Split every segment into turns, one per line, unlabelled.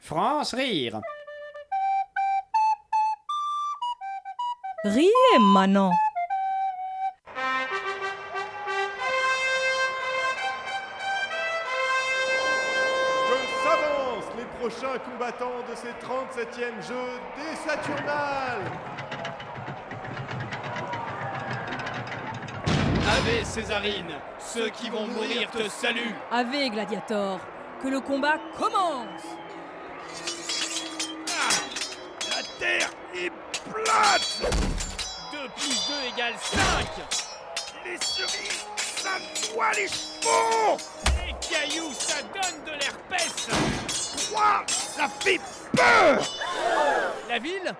France Rire.
Riez, Manon.
Que s'avancent les prochains combattants de ces 37e Jeux des Saturnales
Ave Césarine, ceux qui vont mourir te saluent.
Ave, Gladiator, que le combat commence
La terre est plate 2 plus 2 égale 5 Les cerises, ça voit les chevaux Les cailloux, ça donne de l'herpès 3 Ça fait peur La ville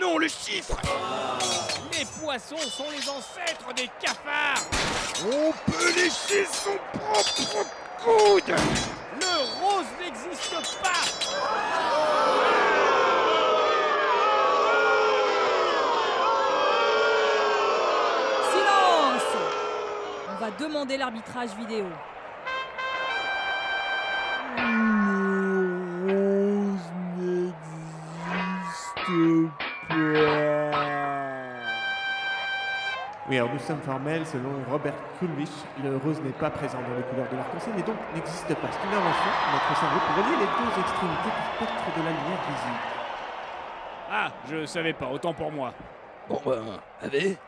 Non, le chiffre Les poissons sont les ancêtres des cafards On peut lécher son propre coude Le rose n'existe pas
Silence On va demander l'arbitrage vidéo.
Oui, alors nous sommes formels, selon Robert Kulwich, le rose n'est pas présent dans les couleurs de l'arc-en-ciel et donc n'existe pas. C'est une invention, notre cerveau, pour relier les deux extrémités du spectre de la lumière visible.
Ah, je savais pas, autant pour moi.
Bon ben, avez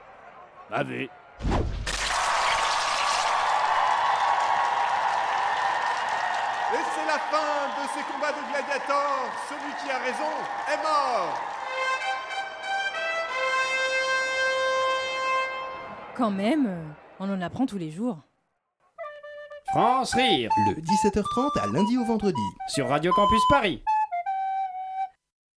Ave.
Et c'est la fin de ces combats de gladiators Celui qui a raison est mort
Quand même, euh, on en apprend tous les jours.
France Rire
Le 17h30 à lundi au vendredi.
sur Radio Campus Paris.